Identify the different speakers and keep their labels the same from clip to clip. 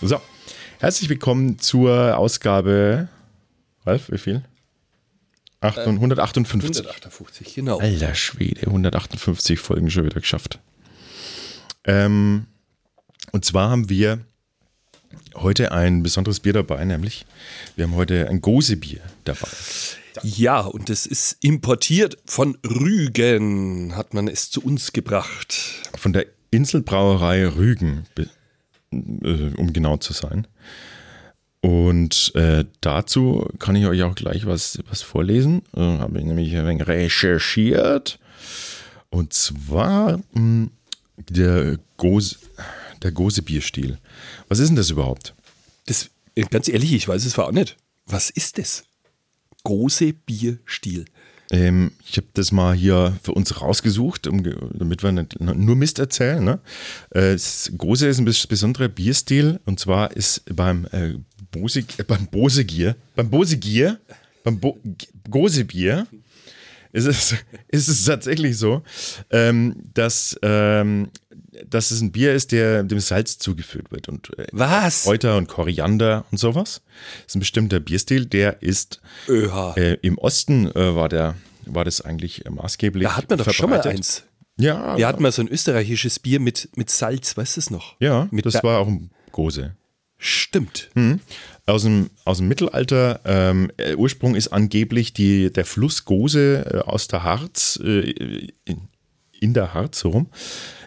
Speaker 1: So, herzlich willkommen zur Ausgabe. Ralf, wie viel? 8, 158.
Speaker 2: 158, genau.
Speaker 1: Alter Schwede, 158 Folgen schon wieder geschafft. Ähm, und zwar haben wir heute ein besonderes Bier dabei, nämlich wir haben heute ein Gose-Bier dabei.
Speaker 2: Ja, und es ist importiert von Rügen, hat man es zu uns gebracht.
Speaker 1: Von der Inselbrauerei Rügen, be- äh, um genau zu sein. Und äh, dazu kann ich euch auch gleich was, was vorlesen. Äh, Habe ich nämlich ein wenig recherchiert. Und zwar mh, der, Gose, der Gose-Bierstil. Was ist denn das überhaupt?
Speaker 2: Das, äh, ganz ehrlich, ich weiß es war auch nicht. Was ist das? Große Bierstiel.
Speaker 1: Ähm, ich habe das mal hier für uns rausgesucht, um, ge- damit wir nicht, nur Mist erzählen. Ne? Äh, das Gose ist ein bes- besonderer Bierstil und zwar ist beim äh, Bose, äh, beim Bosegier, beim Bosegier, beim Bo G- Gosebier ist es, ist es tatsächlich so, ähm, dass, ähm, dass es ein Bier ist, der dem Salz zugeführt wird und äh,
Speaker 2: Was?
Speaker 1: Kräuter und Koriander und sowas. Das ist ein bestimmter Bierstil, der ist
Speaker 2: Öha.
Speaker 1: äh, Im Osten äh, war, der, war das eigentlich äh, maßgeblich.
Speaker 2: Da hat man doch schon mal
Speaker 1: verbreitet.
Speaker 2: eins.
Speaker 1: Ja,
Speaker 2: Wir
Speaker 1: ja,
Speaker 2: hatten mal so ein österreichisches Bier mit, mit Salz, weißt du es noch? mit
Speaker 1: das
Speaker 2: Ba-
Speaker 1: war Hm. auch ein Gose.
Speaker 2: Stimmt.
Speaker 1: Aus dem, aus dem Mittelalter, ähm, äh, Ursprung ist angeblich die, der Fluss Gose äh, aus der Harz, äh, in, in der Harz, so rum.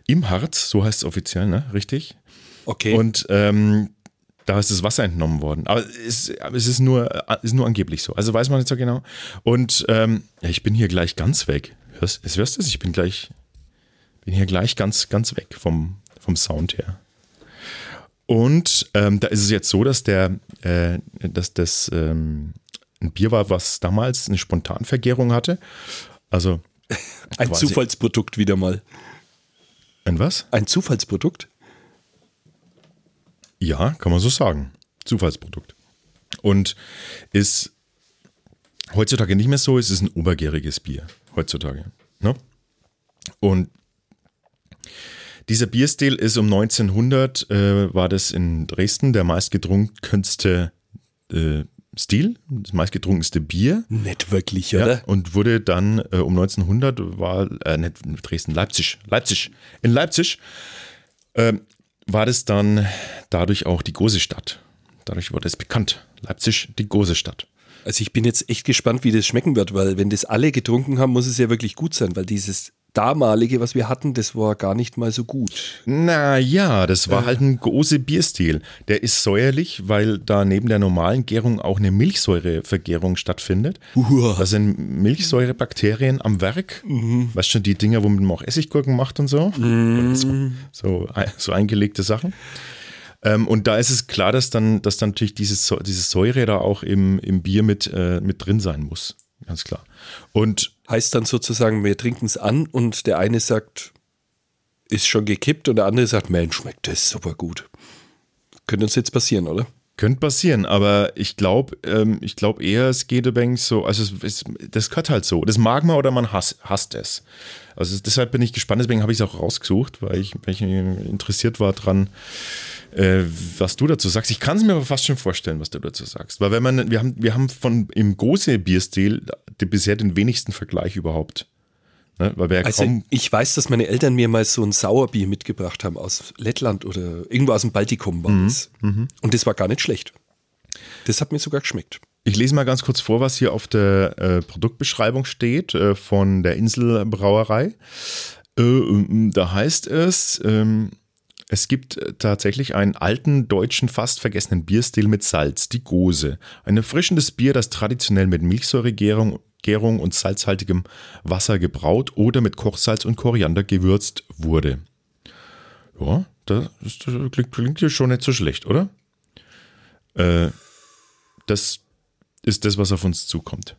Speaker 1: Im Harz, so heißt es offiziell, ne? Richtig?
Speaker 2: Okay.
Speaker 1: Und ähm, da ist das Wasser entnommen worden. Aber es, aber es ist, nur, ist nur angeblich so. Also weiß man nicht so genau. Und ähm, ja, ich bin hier gleich ganz weg. Hörst, es- hörst du es? Ich bin gleich, bin hier gleich ganz, ganz weg vom, vom Sound her. Und ähm, da ist es jetzt so, dass der, äh, dass das ähm, ein Bier war, was damals eine Spontanvergärung hatte. Also
Speaker 2: ein
Speaker 1: quasi-
Speaker 2: Zufallsprodukt wieder mal.
Speaker 1: ein was?
Speaker 2: Ein Zufallsprodukt?
Speaker 1: Ja, kann man so sagen. Zufallsprodukt. Und ist heutzutage nicht mehr so, es ist ein obergäriges Bier. Heutzutage. Ne? Und dieser Bierstil ist um 1900, äh, war das in Dresden der meistgetrunkenste äh, Stil, das meistgetrunkenste Bier.
Speaker 2: Nicht wirklich,
Speaker 1: Ja,
Speaker 2: oder?
Speaker 1: und wurde dann äh, um 1900 war äh, nicht Dresden, Leipzig, Leipzig. In Leipzig ähm, war das dann dadurch auch die Gosestadt. Dadurch wurde es bekannt. Leipzig, die Gosestadt.
Speaker 2: Also ich bin jetzt echt gespannt, wie das schmecken wird, weil wenn das alle getrunken haben, muss es ja wirklich gut sein, weil dieses damalige, was wir hatten, das war gar nicht mal so gut.
Speaker 1: Naja, das war halt ein großer Bierstil. Der ist säuerlich, weil da neben der normalen Gärung auch eine Milchsäurevergärung stattfindet.
Speaker 2: Uah.
Speaker 1: Da sind Milchsäurebakterien am Werk. Weißt schon, die Dinger, womit man auch Essiggurken macht und so. Oder So, so, so eingelegte Sachen. Ähm, und da ist es klar, dass dann, dass dann natürlich dieses, Sau- diese Säure da auch im, im Bier mit, äh, mit drin sein muss. Ganz klar. Und
Speaker 2: Heißt dann sozusagen, wir trinken es an und der eine sagt, ist schon gekippt und der andere sagt, Mensch, schmeckt das super gut. Könnte uns jetzt passieren, oder?
Speaker 1: Könnte passieren, aber ich glaube, ähm, ich glaube eher, es geht übrigens so, also es, es, das gehört halt so. Das mag man oder man hasst, hasst es. Also deshalb bin ich gespannt, deswegen habe ich es auch rausgesucht, weil ich, weil ich interessiert war dran, äh, was du dazu sagst. Ich kann es mir aber fast schon vorstellen, was du dazu sagst. Weil wenn man, wir haben, wir haben von im große Bierstil die, bisher den wenigsten Vergleich überhaupt. Ne? Weil wir ja
Speaker 2: Also
Speaker 1: kaum
Speaker 2: ich weiß, dass meine Eltern mir mal so ein Sauerbier mitgebracht haben aus Lettland oder irgendwo aus dem Baltikum war das. Und das war gar nicht schlecht. Das hat mir sogar geschmeckt.
Speaker 1: Ich lese mal ganz kurz vor, was hier auf der äh, Produktbeschreibung steht äh, von der Inselbrauerei. Äh, ähm, da heißt es, ähm, es gibt äh, tatsächlich einen alten, deutschen, fast vergessenen Bierstil mit Salz, die Gose. Ein erfrischendes Bier, das traditionell mit Milchsäuregärung Gärung und salzhaltigem Wasser gebraut oder mit Kochsalz und Koriander gewürzt wurde. Ja, das, ist, das klingt, klingt hier schon nicht so schlecht, oder? Äh, das ist das, was auf uns zukommt.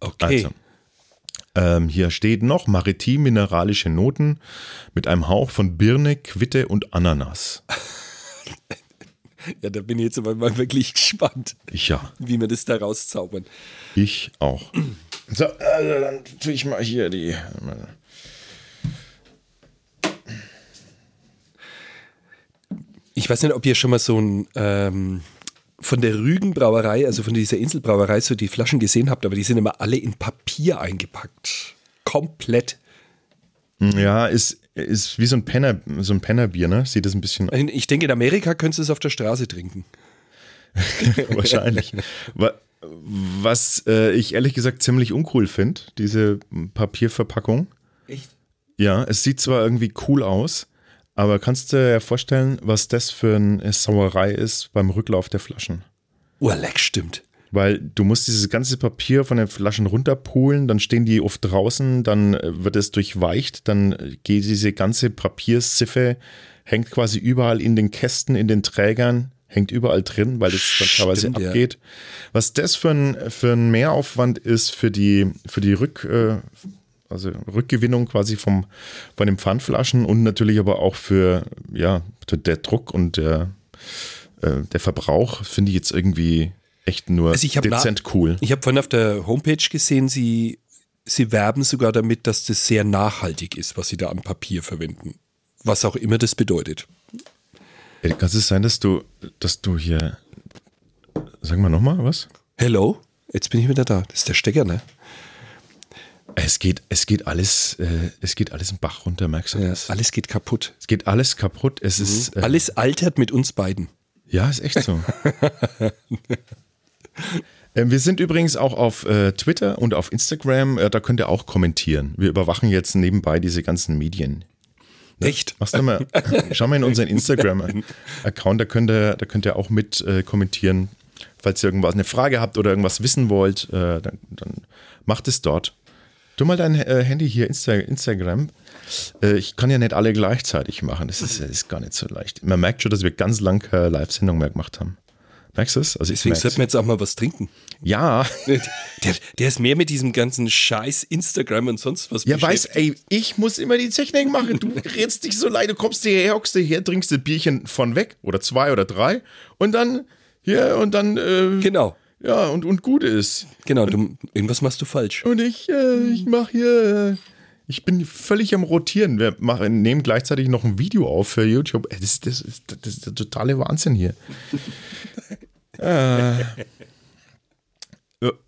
Speaker 2: Okay.
Speaker 1: Also. Ähm, hier steht noch maritim-mineralische Noten mit einem Hauch von Birne, Quitte und Ananas.
Speaker 2: Ja, da bin ich jetzt aber mal wirklich gespannt,
Speaker 1: Ich ja,
Speaker 2: wie wir das da rauszaubern.
Speaker 1: ich auch. So, also dann tue ich mal hier die.
Speaker 2: Ich weiß nicht, ob ihr schon mal so ein ähm, von der Rügenbrauerei, also von dieser Inselbrauerei, so die Flaschen gesehen habt, aber die sind immer alle in Papier eingepackt. Komplett.
Speaker 1: Ja, ist, ist wie so ein, Penner, so ein Pennerbier, ne? Sieht das ein bisschen
Speaker 2: Ich denke, in Amerika könntest du es auf der Straße trinken.
Speaker 1: wahrscheinlich. Wa- Was äh, ich ehrlich gesagt ziemlich uncool finde, diese Papierverpackung.
Speaker 2: Echt?
Speaker 1: Ja, es sieht zwar irgendwie cool aus, aber kannst du dir vorstellen, was das für eine Sauerei ist beim Rücklauf der Flaschen?
Speaker 2: Urleck, Oh, stimmt.
Speaker 1: Weil du musst dieses ganze Papier von den Flaschen runterpolen, dann stehen die oft draußen, dann äh, wird es durchweicht, dann äh, geht diese ganze Papiersiffe, hängt quasi überall in den Kästen, in den Trägern, hängt überall drin, weil es dann teilweise
Speaker 2: Stimmt, ja.
Speaker 1: abgeht. Was das für ein, für ein Mehraufwand ist für die, für die Rück, äh, also Rückgewinnung quasi vom, von den Pfandflaschen und natürlich aber auch für ja, der Druck und der, äh, der Verbrauch, finde ich jetzt irgendwie echt nur
Speaker 2: Also ich hab
Speaker 1: dezent cool.
Speaker 2: Ich habe vorhin auf der Homepage gesehen, sie, sie werben sogar damit, dass das sehr nachhaltig ist, was sie da am Papier verwenden. Was auch immer das bedeutet.
Speaker 1: Ey, Kann Äh, es sein, dass du, dass du hier. Sagen wir nochmal was?
Speaker 2: Hello? Jetzt bin ich wieder da. Das ist der Stecker, ne?
Speaker 1: Es geht, es geht alles, äh, es geht alles im Bach runter, merkst du das?
Speaker 2: Alles geht kaputt.
Speaker 1: Es geht alles kaputt.
Speaker 2: Mhm.
Speaker 1: Es ist, äh,
Speaker 2: Alles altert mit uns beiden.
Speaker 1: Ja, ist echt so. Ähm, Wir sind übrigens auch auf äh, Twitter und auf Instagram. Äh, da könnt ihr auch kommentieren. Wir überwachen jetzt nebenbei diese ganzen Medien.
Speaker 2: Echt?
Speaker 1: Machst du mal, schau mal in unseren Instagram-Account. Da könnt ihr, da könnt ihr auch mit äh, kommentieren. Falls ihr irgendwas eine Frage habt oder irgendwas wissen wollt, äh, dann, dann macht es dort. Tu mal dein äh, Handy hier, Insta Instagram. Äh, ich kann ja nicht alle gleichzeitig machen. Das ist, ist gar nicht so leicht. Man merkt schon, dass wir ganz lang keine Live-Sendung mehr gemacht haben. Merkst du es? Also ich
Speaker 2: Deswegen
Speaker 1: merk's.
Speaker 2: sollten wir jetzt auch mal was trinken.
Speaker 1: Ja.
Speaker 2: Der, der ist mehr mit diesem ganzen Scheiß Instagram und sonst was
Speaker 1: Ja, weiß,
Speaker 2: beschäftigt.
Speaker 1: ey, ich muss immer die Technik machen. Du redst dich so leid, du kommst hierher, hockst hierher, trinkst ein Bierchen von weg oder zwei oder drei und dann, hier und dann, äh,
Speaker 2: Genau,
Speaker 1: ja, und, und gut ist.
Speaker 2: genau. Du, irgendwas machst du falsch.
Speaker 1: Und ich, äh, ich mach hier, äh, ich bin völlig am Rotieren. Wir machen, nehmen gleichzeitig noch ein Video auf für YouTube. Ey, Das, das, ist, das ist der totale Wahnsinn hier. äh, äh,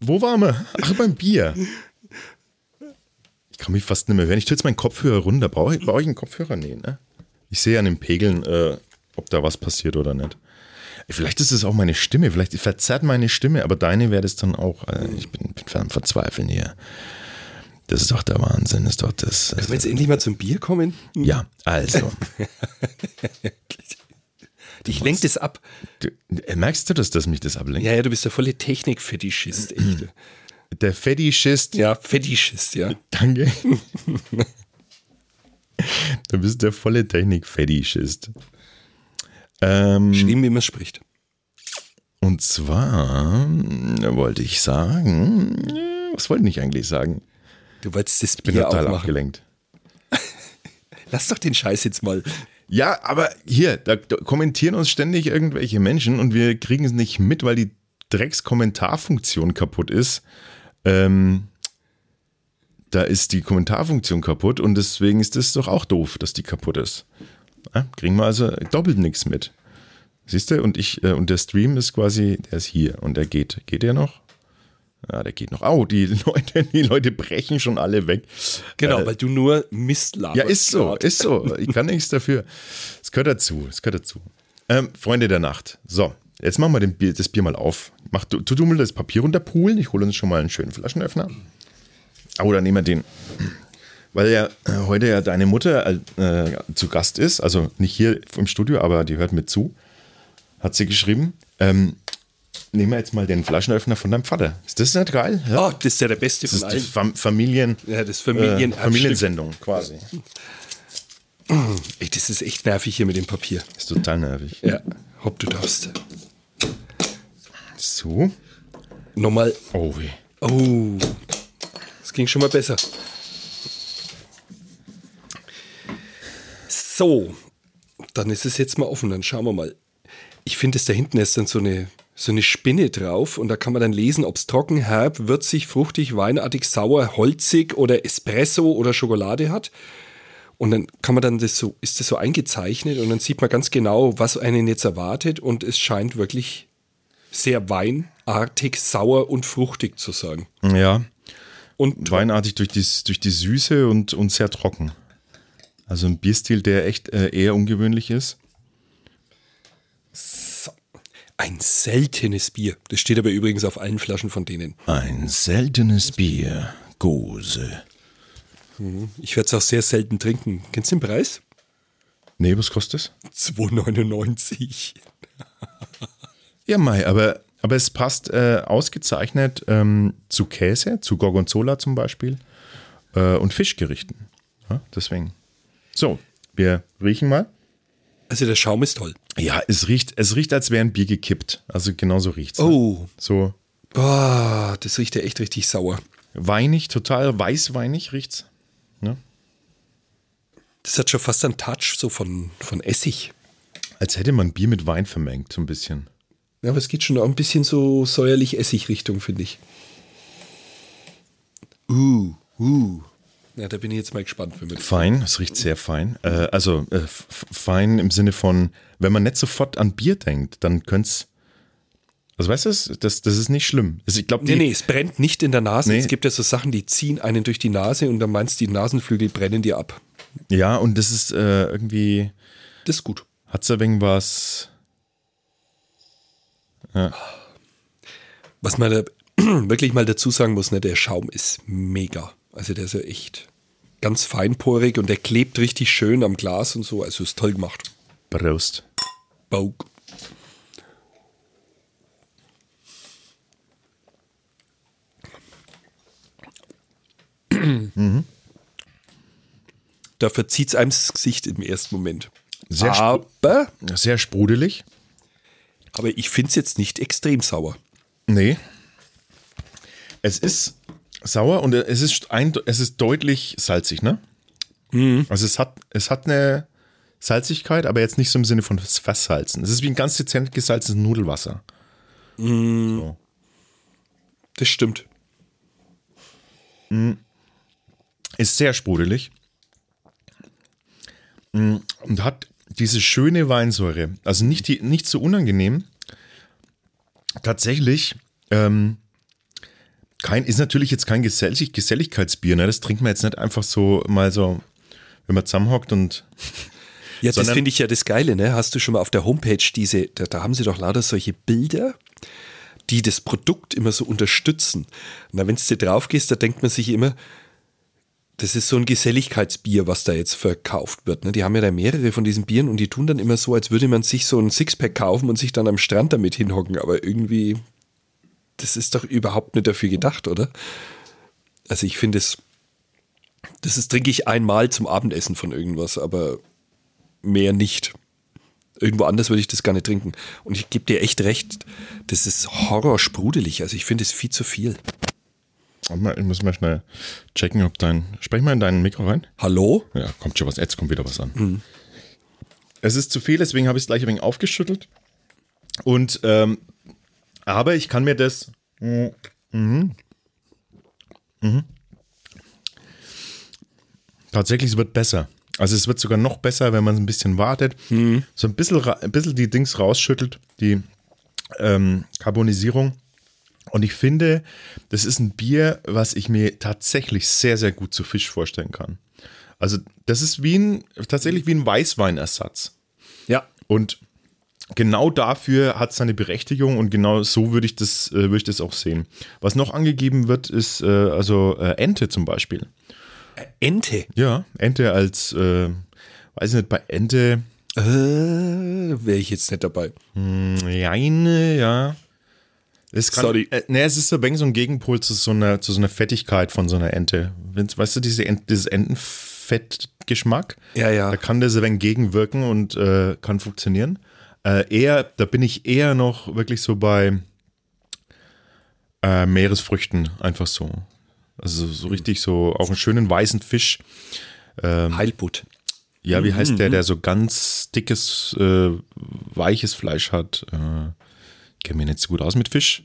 Speaker 1: wo waren wir? Ach, beim Bier. Ich kann mich fast nicht mehr hören. Ich tue jetzt meinen Kopfhörer runter. Brauche ich, brauche ich einen Kopfhörer? Nee, ne? Ich sehe an den Pegeln, äh, ob da was passiert oder nicht. Ey, Vielleicht ist es auch meine Stimme, vielleicht verzerrt meine Stimme, aber deine wäre das dann auch. Äh, ich bin, bin am Verzweifeln hier. Das ist doch der Wahnsinn, ist doch das. äh,
Speaker 2: Können wir jetzt endlich mal zum Bier kommen?
Speaker 1: ja, also.
Speaker 2: Ich lenk das ab.
Speaker 1: Du, äh, merkst du das, dass mich das ablenkt?
Speaker 2: Ja, ja, du bist der volle Technik-Fetischist, echt.
Speaker 1: Mhm. Der Fetischist,
Speaker 2: Ja, Fetischist, ja.
Speaker 1: danke. du bist der volle Technik-Fetischist. Ähm,
Speaker 2: Schlimm, wie man spricht.
Speaker 1: Und zwar äh, wollte ich sagen, äh, was wollte ich eigentlich sagen?
Speaker 2: Du wolltest das
Speaker 1: Bin
Speaker 2: Bier
Speaker 1: total
Speaker 2: aufmachen.
Speaker 1: abgelenkt.
Speaker 2: Lass doch den Scheiß jetzt mal.
Speaker 1: Ja, aber hier, da, da kommentieren uns ständig irgendwelche Menschen und wir kriegen es nicht mit, weil die Drecks-Kommentarfunktion kaputt ist. Ähm, da ist die Kommentarfunktion kaputt und deswegen ist es doch auch doof, dass die kaputt ist. Ja, kriegen wir also doppelt nichts mit. Siehst du? Und ich, äh, und der Stream ist quasi, der ist hier und der geht. Geht der noch? Ja, der geht noch. Au, die Leute, die Leute brechen schon alle weg.
Speaker 2: Genau, weil du nur Mist laberst.
Speaker 1: Äh, Ja, ist so,
Speaker 2: grad.
Speaker 1: ist so. Ich kann nichts dafür. Es gehört dazu, es gehört dazu. Ähm, Freunde der Nacht. So, jetzt machen wir den Bier, das Bier mal auf. Mach du, du mal das Papier runterpulen. Ich hole uns schon mal einen schönen Flaschenöffner. Ah, Oder nehmen wir den. Weil ja äh, heute ja deine Mutter äh, zu Gast ist, also nicht hier im Studio, aber die hört mit zu, hat sie geschrieben. Ähm, nehmen wir jetzt mal den Flaschenöffner von deinem Vater. Ist das nicht geil? Ja,
Speaker 2: Oh, das ist ja der Beste
Speaker 1: das
Speaker 2: von
Speaker 1: ist die
Speaker 2: allen.
Speaker 1: Fam Familien,
Speaker 2: Ja, das
Speaker 1: äh,
Speaker 2: Familienerbstück.
Speaker 1: Familiensendung quasi.
Speaker 2: Ey, das ist echt nervig hier mit dem Papier.
Speaker 1: Ist total nervig.
Speaker 2: Ja, hopp, du darfst.
Speaker 1: So.
Speaker 2: Nochmal.
Speaker 1: Oh, weh.
Speaker 2: Oh, das ging schon mal besser. So, dann ist es jetzt mal offen, dann schauen wir mal. Ich finde, es da hinten ist dann so eine, so eine Spinne drauf und da kann man dann lesen, ob es trocken, herb, würzig, fruchtig, weinartig, sauer, holzig oder Espresso oder Schokolade hat. Und dann kann man dann das so, ist das so eingezeichnet und dann sieht man ganz genau, was einen jetzt erwartet und es scheint wirklich sehr weinartig, sauer und fruchtig zu sein.
Speaker 1: Ja,
Speaker 2: Und
Speaker 1: weinartig durch die, durch die Süße und, und sehr trocken. Also ein Bierstil, der echt äh, eher ungewöhnlich ist.
Speaker 2: ein seltenes Bier. Das steht aber übrigens auf allen Flaschen von denen.
Speaker 1: Ein seltenes Bier, Gose.
Speaker 2: Ich werde es auch sehr selten trinken. Kennst du den Preis?
Speaker 1: Nee, was kostet es?
Speaker 2: 2,99.
Speaker 1: Ja, Mai, aber, aber es passt äh, ausgezeichnet ähm, zu Käse, zu Gorgonzola zum Beispiel äh, und Fischgerichten. Ja, deswegen. So, wir riechen mal.
Speaker 2: Also der Schaum ist toll.
Speaker 1: Ja, es riecht, es riecht, als wäre ein Bier gekippt. Also genauso riecht es.
Speaker 2: Oh,
Speaker 1: So
Speaker 2: boah, das riecht ja echt richtig sauer.
Speaker 1: weinig, total weißweinig riecht's. Ne?
Speaker 2: Das hat schon fast einen Touch so von, von Essig.
Speaker 1: Als hätte man Bier mit Wein vermengt, so ein bisschen.
Speaker 2: Ja, aber es geht schon auch ein bisschen so säuerlich-Essig-Richtung, finde ich. Uh, uh. Ja, da bin ich jetzt mal gespannt. Wenn wir
Speaker 1: Fein, es riecht sehr fein. Äh, also äh, f- f- fein im Sinne von, wenn man nicht sofort an Bier denkt, dann könnte Also weißt du, es- das, das ist nicht schlimm. Also ich glaube,
Speaker 2: nee, nee, es brennt nicht in der Nase.
Speaker 1: Nee.
Speaker 2: Es gibt ja so Sachen, die ziehen einen durch die Nase und dann meinst du, die Nasenflügel brennen dir ab.
Speaker 1: ja, und das ist äh, irgendwie,
Speaker 2: Das ist gut.
Speaker 1: hat's ein wenig was,
Speaker 2: Was man da wirklich mal dazu sagen muss, ne, der Schaum ist mega. Also der ist ja echt ganz feinporig und der klebt richtig schön am Glas und so. Also ist toll gemacht.
Speaker 1: Prost.
Speaker 2: Bauk. Da verzieht es einem das Gesicht im ersten Moment.
Speaker 1: Sehr
Speaker 2: Ah.
Speaker 1: sp-
Speaker 2: aber,
Speaker 1: Sehr sprudelig.
Speaker 2: aber ich finde es jetzt nicht extrem sauer.
Speaker 1: Nee. Es ist sauer und es ist, ein, es ist deutlich salzig, ne? Also es hat, es hat eine Salzigkeit, aber jetzt nicht so im Sinne von Versalzen. Es ist wie ein ganz dezent gesalzenes Nudelwasser.
Speaker 2: Das stimmt.
Speaker 1: Ist sehr sprudelig. Mm, Und hat diese schöne Weinsäure. Also nicht, die, nicht so unangenehm. Tatsächlich, ähm, kein, ist natürlich jetzt kein Gesellig Geselligkeitsbier. Ne? Das trinkt man jetzt nicht einfach so mal so, wenn man zusammenhockt und
Speaker 2: Ja, das
Speaker 1: sondern-
Speaker 2: finde ich ja das Geile, ne? Hast du schon mal auf der Homepage diese, da, da haben sie doch lauter solche Bilder, die das Produkt immer so unterstützen. Na, wenn du drauf gehst, da denkt man sich immer, das ist so ein Geselligkeitsbier, was da jetzt verkauft wird. Ne? Die haben ja da mehrere von diesen Bieren und die tun dann immer so, als würde man sich so ein Sixpack kaufen und sich dann am Strand damit hinhocken. Aber irgendwie, das ist doch überhaupt nicht dafür gedacht, oder? Also ich finde es, das ist, trinke ich einmal zum Abendessen von irgendwas, aber mehr nicht. Irgendwo anders würde ich das gar nicht trinken. Und ich gebe dir echt recht, das ist horrorsprudelig. Also ich finde es viel zu viel.
Speaker 1: Warte mal, Ich muss mal schnell checken, ob dein. Sprech mal in dein Mikro rein.
Speaker 2: Hallo?
Speaker 1: Ja, kommt schon was. Jetzt kommt wieder was an. Mhm. Es ist zu viel, deswegen habe ich es gleich ein wenig aufgeschüttelt. Und, ähm, aber ich kann mir das. Mhm. Mhm. Tatsächlich, es wird besser. Also es wird sogar noch besser, wenn man ein bisschen wartet, so ein bisschen, ra- ein bisschen die Dings rausschüttelt, die ähm, Carbonisierung. Und ich finde, das ist ein Bier, was ich mir tatsächlich sehr, sehr gut zu Fisch vorstellen kann. Also, das ist wie ein, tatsächlich wie ein Weißweinersatz.
Speaker 2: Ja.
Speaker 1: Und genau dafür hat es seine Berechtigung und genau so würde ich, das, äh, würde ich das auch sehen. Was noch angegeben wird, ist äh, also äh, Ente zum Beispiel.
Speaker 2: Ente.
Speaker 1: Ja, Ente als, äh, weiß nicht, bei Ente,
Speaker 2: Äh, Wäre Äh, ich jetzt nicht dabei.
Speaker 1: Reine, ja. Es kann,
Speaker 2: Sorry.
Speaker 1: Äh, nee, es ist so ein wenig so ein Gegenpol zu so einer, zu so einer Fettigkeit von so einer Ente. Wenn's, weißt du, diese Ent, dieses Entenfettgeschmack?
Speaker 2: Ja, ja.
Speaker 1: Da kann das ein wenig gegenwirken und äh, kann funktionieren. Äh, eher, da bin ich eher noch wirklich so bei äh, Meeresfrüchten, einfach so. Also so richtig so, auch einen schönen weißen Fisch.
Speaker 2: Heilbutt.
Speaker 1: Ja, wie heißt der, der so ganz dickes, äh, weiches Fleisch hat? Äh, Kenne mich nicht so gut aus mit Fisch.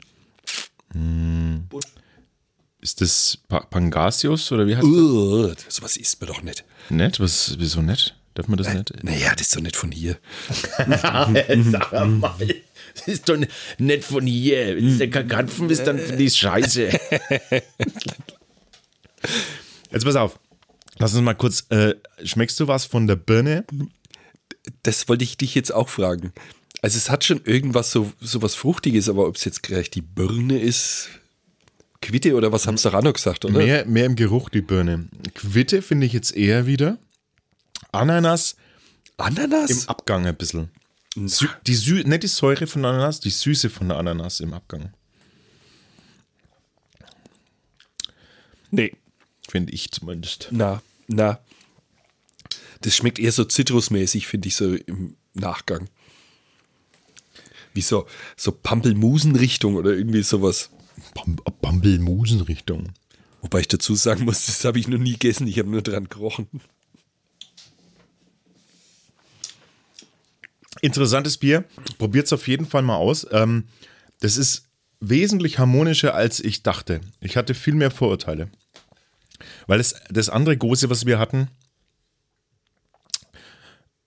Speaker 1: Hm. Ist das Pa- Pangasius oder wie heißt das?
Speaker 2: Uh, sowas isst man doch nicht.
Speaker 1: Nett? Was, wieso nett? Darf man das nett?
Speaker 2: Naja, das ist doch nicht von hier.
Speaker 1: Sag mal. Das ist doch nett von hier. Wenn es der Kakampfen ist, dann finde ich scheiße. Jetzt pass auf. Lass uns mal kurz. Äh, schmeckst du was von der Birne?
Speaker 2: Das wollte ich dich jetzt auch fragen. Also es hat schon irgendwas so sowas Fruchtiges, aber ob es jetzt gleich die Birne ist, Quitte oder was haben sie doch auch noch gesagt, oder?
Speaker 1: Mehr, mehr im Geruch, die Birne. Quitte finde ich jetzt eher wieder. Ananas
Speaker 2: Ananas?
Speaker 1: im Abgang ein bisschen. Sü die Sü nicht die Säure von der Ananas, die Süße von der Ananas im Abgang.
Speaker 2: nee.
Speaker 1: Finde ich zumindest.
Speaker 2: Na, na. Das schmeckt eher so zitrusmäßig, finde ich, so im Nachgang. Wie so, so Pampelmusen-Richtung oder irgendwie sowas.
Speaker 1: Bumblemusen-Richtung.
Speaker 2: Wobei ich dazu sagen muss, das habe ich noch nie gegessen, ich habe nur dran gerochen.
Speaker 1: Interessantes Bier. Probiert es auf jeden Fall mal aus. Ähm, das ist wesentlich harmonischer, als ich dachte. Ich hatte viel mehr Vorurteile. Weil das, das andere große, was wir hatten.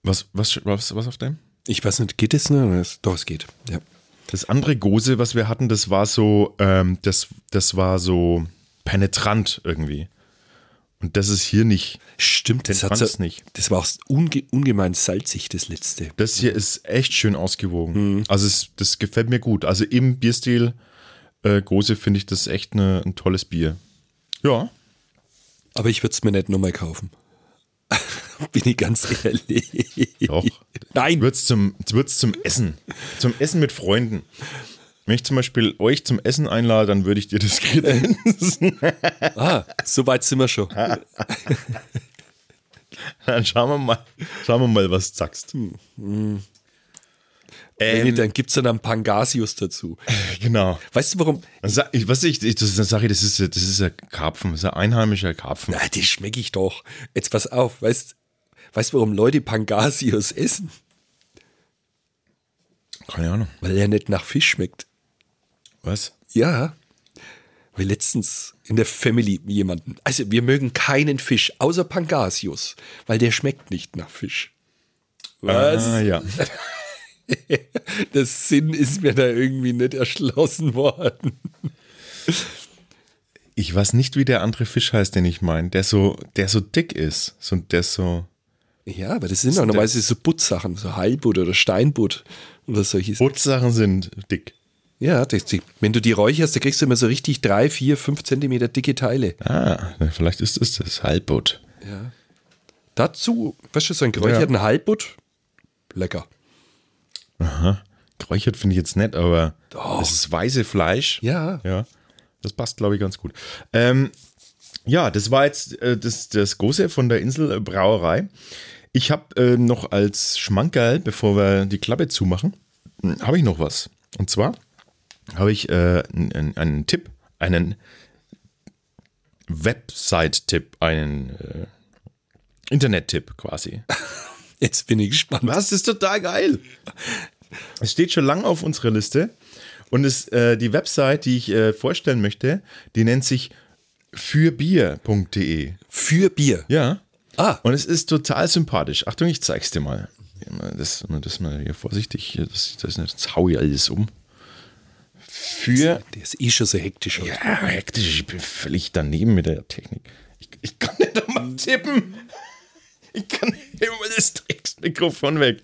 Speaker 1: Was, was, was, was auf dem?
Speaker 2: Ich weiß nicht, geht es noch? Doch, es geht. Ja.
Speaker 1: Das andere Gose, was wir hatten, das war so, ähm, das, das war so penetrant irgendwie. Und das ist hier nicht.
Speaker 2: Stimmt, das,
Speaker 1: Den
Speaker 2: hat
Speaker 1: fand
Speaker 2: so,
Speaker 1: ich nicht.
Speaker 2: das war auch unge ungemein salzig, das letzte.
Speaker 1: Das hier ist echt schön ausgewogen. Also es, das gefällt mir gut. Also im Bierstil äh, Gose finde ich das echt ne- ein tolles Bier. Ja.
Speaker 2: Aber ich würde es mir nicht nochmal kaufen. Bin ich ganz ehrlich.
Speaker 1: Doch.
Speaker 2: Nein.
Speaker 1: Wird's zum, wird's zum Essen. Zum Essen mit Freunden. Wenn ich zum Beispiel euch zum Essen einlade, dann würde ich dir das kredenzen.
Speaker 2: Ah, so weit sind wir schon.
Speaker 1: Dann schauen wir mal, schauen wir mal, was du sagst.
Speaker 2: Wenn nicht,
Speaker 1: Ähm,
Speaker 2: dann gibt es dann einen Pangasius dazu.
Speaker 1: genau.
Speaker 2: Weißt du warum?
Speaker 1: Dann sag ich, was ich, ich das, dann sag ich, das ist, das ist ein Karpfen, das ist ein einheimischer Karpfen.
Speaker 2: Na, das schmecke ich doch. Jetzt pass auf, weißt weißt du, warum Leute Pangasius essen?
Speaker 1: Keine Ahnung.
Speaker 2: Weil er nicht nach Fisch schmeckt.
Speaker 1: Was?
Speaker 2: Ja. Weil letztens in der Family jemanden. Also wir mögen keinen Fisch, außer Pangasius, weil der schmeckt nicht nach Fisch.
Speaker 1: Ah,
Speaker 2: Was?
Speaker 1: ja.
Speaker 2: Der Sinn ist mir da irgendwie nicht erschlossen worden.
Speaker 1: Ich weiß nicht, wie der andere Fisch heißt, den ich meine. Der so, der so dick ist. So, der so.
Speaker 2: Ja, aber das sind auch normalerweise so Buttsachen, so Heilbutt oder Steinbutt oder solche
Speaker 1: Brotsachen sind dick.
Speaker 2: Ja, das, die, wenn du die räucherst, dann kriegst du immer so richtig drei, vier, fünf Zentimeter dicke Teile.
Speaker 1: Ah, na, vielleicht ist es das Halbbutt.
Speaker 2: Ja. Dazu, weißt du, so einen geräucherten Halbbutt, lecker.
Speaker 1: Aha. Geräuchert finde ich jetzt nett, aber
Speaker 2: Doch.
Speaker 1: das ist weiße Fleisch.
Speaker 2: Ja.
Speaker 1: Ja. Das passt, glaube ich, ganz gut. Ähm, ja, das war jetzt äh, das, das Große von der Insel äh, Brauerei. Ich habe äh, noch als Schmankerl, bevor wir die Klappe zumachen, mh, habe ich noch was. Und zwar habe ich äh, n- n- einen Tipp, einen Website-Tipp, einen äh, Internet-Tipp quasi.
Speaker 2: Jetzt bin ich gespannt.
Speaker 1: Was? Das ist total geil. Es steht schon lange auf unserer Liste. Und es, äh, die Website, die ich äh, vorstellen möchte, die nennt sich fürbier.de.
Speaker 2: Für Bier.
Speaker 1: Ja.
Speaker 2: Ah.
Speaker 1: Und es ist total sympathisch. Achtung, ich zeig's dir mal. Das, das mal hier vorsichtig. hier, Das, das, das hau ich alles um. Für.
Speaker 2: Der ist eh schon so hektisch. heute.
Speaker 1: Ja, hektisch. Ich bin völlig daneben mit der Technik. Ich, ich kann nicht einmal tippen. Ich kann nicht immer das Drecksmikrofon weg.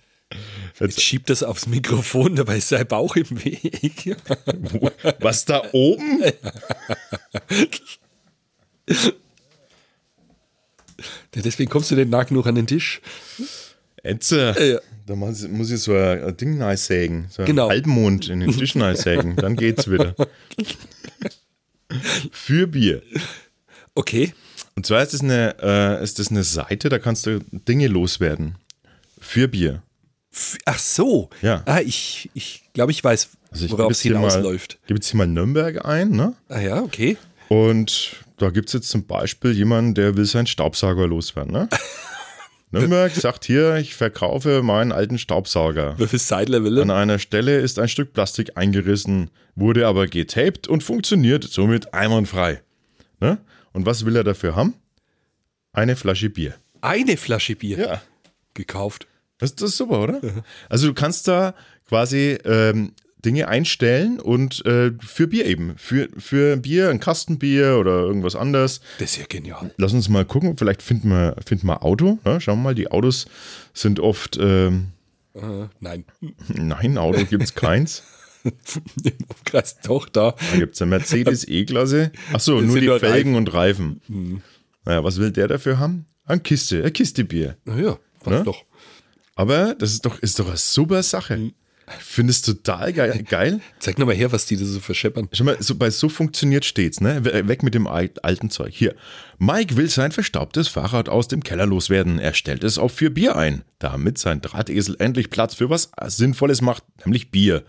Speaker 2: Jetzt schiebt das aufs Mikrofon, dabei ist sein Bauch im Weg.
Speaker 1: Was da oben?
Speaker 2: Deswegen kommst du den Nag noch an den Tisch.
Speaker 1: Etze.
Speaker 2: Ja.
Speaker 1: Da muss ich- muss ich so ein Ding nice sägen. So einen
Speaker 2: Genau.
Speaker 1: Halbmond in den Tisch nice sägen. Dann geht's wieder. Für Bier.
Speaker 2: Okay.
Speaker 1: Und zwar ist das, eine, äh, ist das eine Seite, da kannst du Dinge loswerden. Für Bier.
Speaker 2: F- Ach so.
Speaker 1: Ja.
Speaker 2: Ah, ich, ich glaube, ich weiß,
Speaker 1: Also ich gebe
Speaker 2: worauf es
Speaker 1: jetzt hier mal-
Speaker 2: hinausläuft.
Speaker 1: gebe jetzt hier mal Nürnberg ein, ne?
Speaker 2: Ah ja, okay.
Speaker 1: Und da gibt es jetzt zum Beispiel jemanden, der will seinen Staubsauger loswerden, ne? Nürnberg sagt hier, ich verkaufe meinen alten Staubsauger.
Speaker 2: Würfel Seidler Wille.
Speaker 1: An einer Stelle ist ein Stück Plastik eingerissen, wurde aber getaped und funktioniert somit einwandfrei. Ne? Und was will er dafür haben? Eine Flasche Bier.
Speaker 2: Eine Flasche Bier
Speaker 1: Ja.
Speaker 2: gekauft.
Speaker 1: Das, das ist super, oder? Also du kannst da quasi ähm, Dinge einstellen und äh, für Bier eben. Für, für ein Bier, ein Kastenbier oder irgendwas anderes.
Speaker 2: Das ist ja genial.
Speaker 1: Lass uns mal gucken, vielleicht finden wir, finden wir Auto. Ne? Schauen wir mal, die Autos sind oft. Ähm,
Speaker 2: Äh, nein,
Speaker 1: nein, Auto gibt es keins.
Speaker 2: im Umkreis doch da.
Speaker 1: Da gibt es eine Mercedes E-Klasse. Achso,
Speaker 2: Das
Speaker 1: nur
Speaker 2: sind halt Mhm.
Speaker 1: die
Speaker 2: nur
Speaker 1: Felgen und Reifen. Naja, was will der dafür haben? Eine Kiste, eine Kiste Bier.
Speaker 2: Naja, passt
Speaker 1: Ne?
Speaker 2: doch.
Speaker 1: Aber das ist doch, ist doch eine super
Speaker 2: Mhm.
Speaker 1: Sache. Ich finde es total geil. geil.
Speaker 2: Zeig nochmal her, was die da so verscheppern.
Speaker 1: Schau mal, so, bei so funktioniert stets, ne? We- Weg mit dem al- alten Zeug. Hier. Mike will sein verstaubtes Fahrrad aus dem Keller loswerden. Er stellt es auf für Bier ein, damit sein Drahtesel endlich Platz für was Sinnvolles macht, nämlich Bier.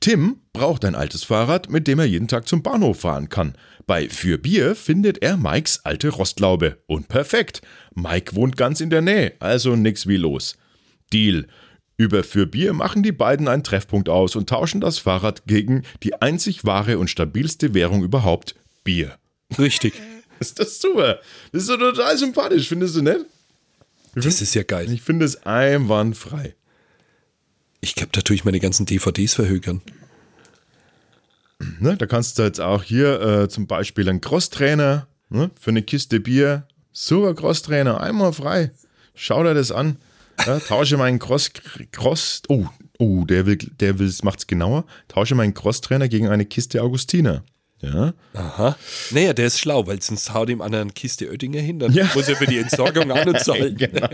Speaker 1: Tim braucht ein altes Fahrrad, mit dem er jeden Tag zum Bahnhof fahren kann. Bei Für Bier findet er Mikes alte Rostlaube. Und perfekt. Mike wohnt ganz in der Nähe, also nix wie los. Deal. Über Für Bier machen die beiden einen Treffpunkt aus und tauschen das Fahrrad gegen die einzig wahre und stabilste Währung überhaupt, Bier.
Speaker 2: Richtig.
Speaker 1: Ist das super? Das ist doch total sympathisch, findest du nicht?
Speaker 2: Das ist ja geil.
Speaker 1: Ich finde es einwandfrei.
Speaker 2: Ich glaube, da tue ich meine ganzen DVDs verhökern.
Speaker 1: Ne, da kannst du jetzt auch hier äh, zum Beispiel einen Crosstrainer ne, für eine Kiste Bier, super Crosstrainer, einmal frei. Schau dir das an. Ja, tausche meinen Cross, Cross oh, oh, der will, der will, macht's genauer. Tausche meinen Crosstrainer gegen eine Kiste Augustiner. Ja.
Speaker 2: Aha. Naja, der ist schlau, weil sonst haut dem anderen Kiste Oettinger hin, dann
Speaker 1: Ja.
Speaker 2: muss er für die Entsorgung an und zahlen.
Speaker 1: Genau.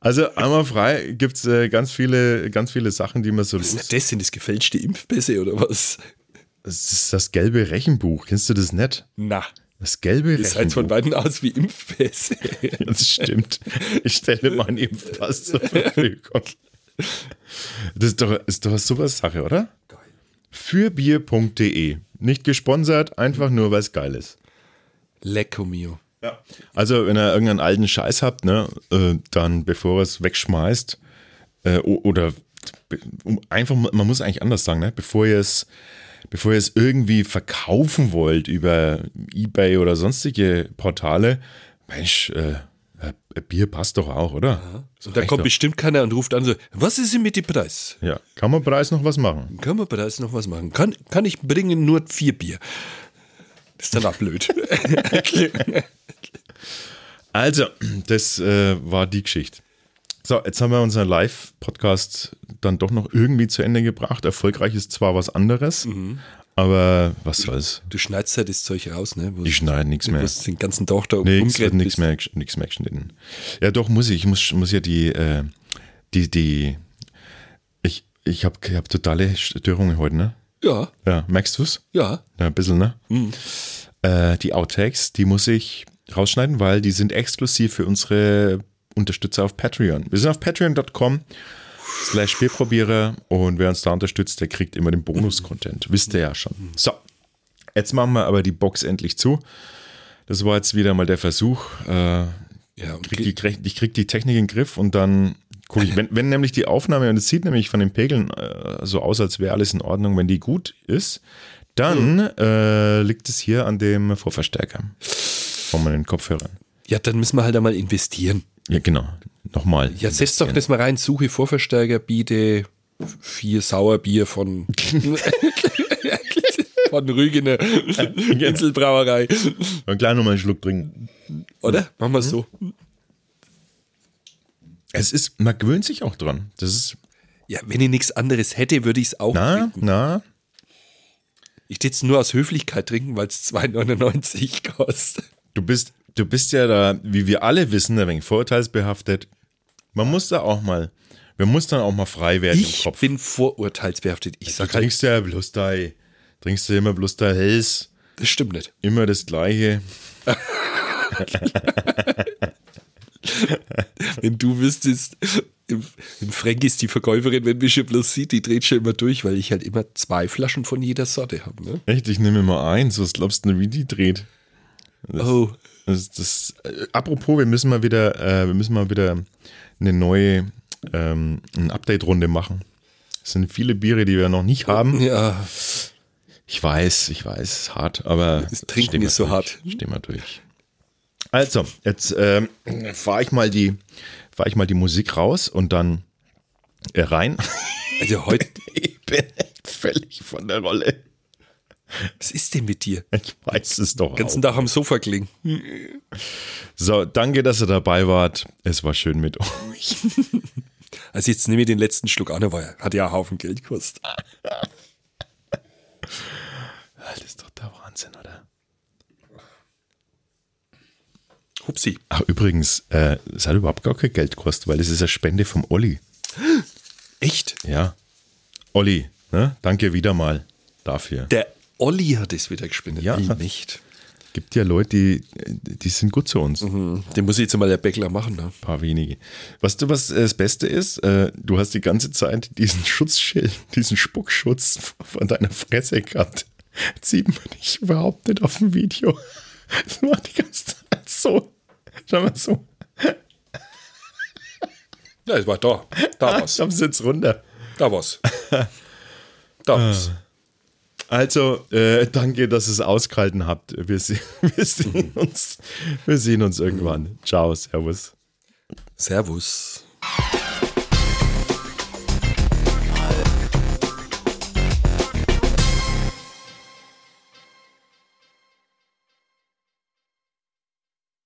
Speaker 1: Also einmal frei gibt es äh, ganz viele, ganz viele Sachen, die man so
Speaker 2: Was
Speaker 1: los.
Speaker 2: ist denn das? Sind das gefälschte Impfpässe oder was?
Speaker 1: Das ist das gelbe Rechenbuch. Kennst du das nicht?
Speaker 2: Na,
Speaker 1: Das gelbe
Speaker 2: das sieht von
Speaker 1: Rechenbuch.
Speaker 2: beiden aus wie Impfpässe.
Speaker 1: Das stimmt. Ich stelle meinen Impfpass zur Verfügung. Das ist doch, ist doch eine super Sache, oder?
Speaker 2: Geil.
Speaker 1: Fürbier.de. E. Nicht gesponsert, einfach nur, weil es geil ist.
Speaker 2: Lecco mio.
Speaker 1: Also, wenn ihr irgendeinen alten Scheiß habt, ne, äh, dann bevor ihr es wegschmeißt, äh, o- oder be- um, einfach, mal- man muss eigentlich anders sagen, ne, bevor ihr es bevor ihr es irgendwie verkaufen wollt über Ebay oder sonstige Portale, Mensch, äh, äh, Bier passt doch auch, oder?
Speaker 2: Und da kommt
Speaker 1: doch.
Speaker 2: bestimmt keiner und ruft an so, was ist denn mit dem Preis?
Speaker 1: Ja, kann man Preis noch was machen?
Speaker 2: Können wir Preis noch was machen? Kann, kann ich bringen nur vier Bier? Das ist dann auch blöd.
Speaker 1: Also, das äh, war die Geschichte. So, jetzt haben wir unseren Live-Podcast dann doch noch irgendwie zu Ende gebracht. Erfolgreich ist zwar was anderes,
Speaker 2: Mhm.
Speaker 1: aber was soll's?
Speaker 2: du schneidest halt das Zeug raus, ne? Wo
Speaker 1: Ich schneide nichts mehr.
Speaker 2: Du den ganzen Tag da
Speaker 1: Nix, wird
Speaker 2: rumgerannt
Speaker 1: nix
Speaker 2: bist.
Speaker 1: mehr, gesch- nix mehr geschnitten. Ja, doch, muss ich. Ich muss, muss ja die, äh, die, die, ich, ich habe ich hab totale Störungen heute, ne?
Speaker 2: Ja,
Speaker 1: Ja, merkst du's?
Speaker 2: ja.
Speaker 1: Ja, ein bisschen, ne? Äh, die Outtakes, die muss ich rausschneiden, weil die sind exklusiv für unsere Unterstützer auf Patreon. Wir sind auf patreon.com slash Bierprobierer und wer uns da unterstützt, der kriegt immer den Bonus-Content. Wisst ihr ja schon. So, jetzt machen wir aber die Box endlich zu. Das war jetzt wieder mal der Versuch. Äh,
Speaker 2: ja und
Speaker 1: krieg die, Gre- ich krieg die Technik in den Griff und dann gucke ich, wenn, wenn nämlich die Aufnahme, und es sieht nämlich von den Pegeln äh, so aus, als wäre alles in Ordnung, wenn die gut ist, dann
Speaker 2: Hm.
Speaker 1: äh, liegt es hier an dem Vorverstärker von meinen Kopfhörern.
Speaker 2: Ja, dann müssen wir halt einmal investieren.
Speaker 1: Ja, genau. Nochmal.
Speaker 2: Ja, setz doch das mal rein. Suche Vorverstärker, biete vier Sauerbier von, von Rügener Inselbrauerei.
Speaker 1: Und gleich nochmal einen Schluck trinken.
Speaker 2: Oder? Machen wir
Speaker 1: Mhm.
Speaker 2: es so.
Speaker 1: Es ist, man gewöhnt sich auch dran. Das ist,
Speaker 2: Ja, wenn ich nichts anderes hätte, würde ich es auch
Speaker 1: na,
Speaker 2: trinken.
Speaker 1: na,
Speaker 2: Ich würde es nur aus Höflichkeit trinken, weil es 2,99 kostet.
Speaker 1: du bist, du bist ja da, wie wir alle wissen, ein wenig vorurteilsbehaftet. Man muss da auch mal, man muss dann auch mal frei werden im
Speaker 2: Ich
Speaker 1: Kopf.
Speaker 2: bin vorurteilsbehaftet. Ich
Speaker 1: Du
Speaker 2: sag halt,
Speaker 1: trinkst ja bloß da, trinkst du immer bloß da Hels,
Speaker 2: das stimmt nicht.
Speaker 1: immer das Gleiche.
Speaker 2: Wenn du wüsstest, im, im Frank ist die Verkäuferin, wenn mich schon bloß sieht, die dreht schon immer durch, weil ich halt immer zwei Flaschen von jeder Sorte habe. Ne?
Speaker 1: Echt, ich nehme immer eins, was glaubst du, denn, wie die dreht?
Speaker 2: Oh,
Speaker 1: Das, das, äh, apropos, wir müssen mal wieder, äh, wir müssen mal wieder eine neue, ähm, eine Update-Runde machen. Es sind viele Biere, die wir noch nicht haben.
Speaker 2: ja.
Speaker 1: Ich weiß, ich weiß, es ist hart, aber.
Speaker 2: Das Trinken
Speaker 1: stehen wir
Speaker 2: ist so
Speaker 1: durch,
Speaker 2: hart.
Speaker 1: Stehen wir durch. Also, jetzt ähm, fahre ich, mal die- fahr ich mal die Musik raus und dann äh, rein.
Speaker 2: Also heute,
Speaker 1: Ich bin echt völlig von der Rolle.
Speaker 2: was ist denn mit dir?
Speaker 1: Ich weiß es doch.
Speaker 2: Den ganzen
Speaker 1: Auch.
Speaker 2: Tag am Sofa klingen.
Speaker 1: So, danke, dass ihr dabei wart. Es war schön mit euch.
Speaker 2: Also jetzt nehme ich den letzten Schluck an, weil hat ja einen Haufen Geld gekostet.
Speaker 1: Das ist doch der Wahnsinn, oder?
Speaker 2: Hupsi.
Speaker 1: Ach, übrigens, äh, es hat überhaupt gar kein Geld gekostet, weil es ist eine Spende vom Olli.
Speaker 2: Echt?
Speaker 1: Ja. Olli, ne? danke wieder mal dafür.
Speaker 2: Der Olli hat es wieder gespendet.
Speaker 1: Ja.
Speaker 2: Ich nicht.
Speaker 1: Gibt ja Leute, die, die sind gut zu uns.
Speaker 2: Hm, Den muss ich jetzt mal der Bäckler machen. Ne?
Speaker 1: Ein paar wenige. Weißt du, was äh, das Beste ist? Äh, du hast die ganze Zeit diesen Schutzschild, diesen Spuckschutz von deiner Fresse gehabt. Das sieht man dich überhaupt nicht auf dem Video. Das war die ganze Zeit so. Schau mal so.
Speaker 2: Ja, es war da. Da
Speaker 1: Ich hab's jetzt runter.
Speaker 2: Da war's. Da war's.
Speaker 1: Also, äh, danke, dass ihr es ausgehalten habt. Wir, se wir, sehen uns, wir sehen uns irgendwann. Ciao, Servus.
Speaker 2: Servus.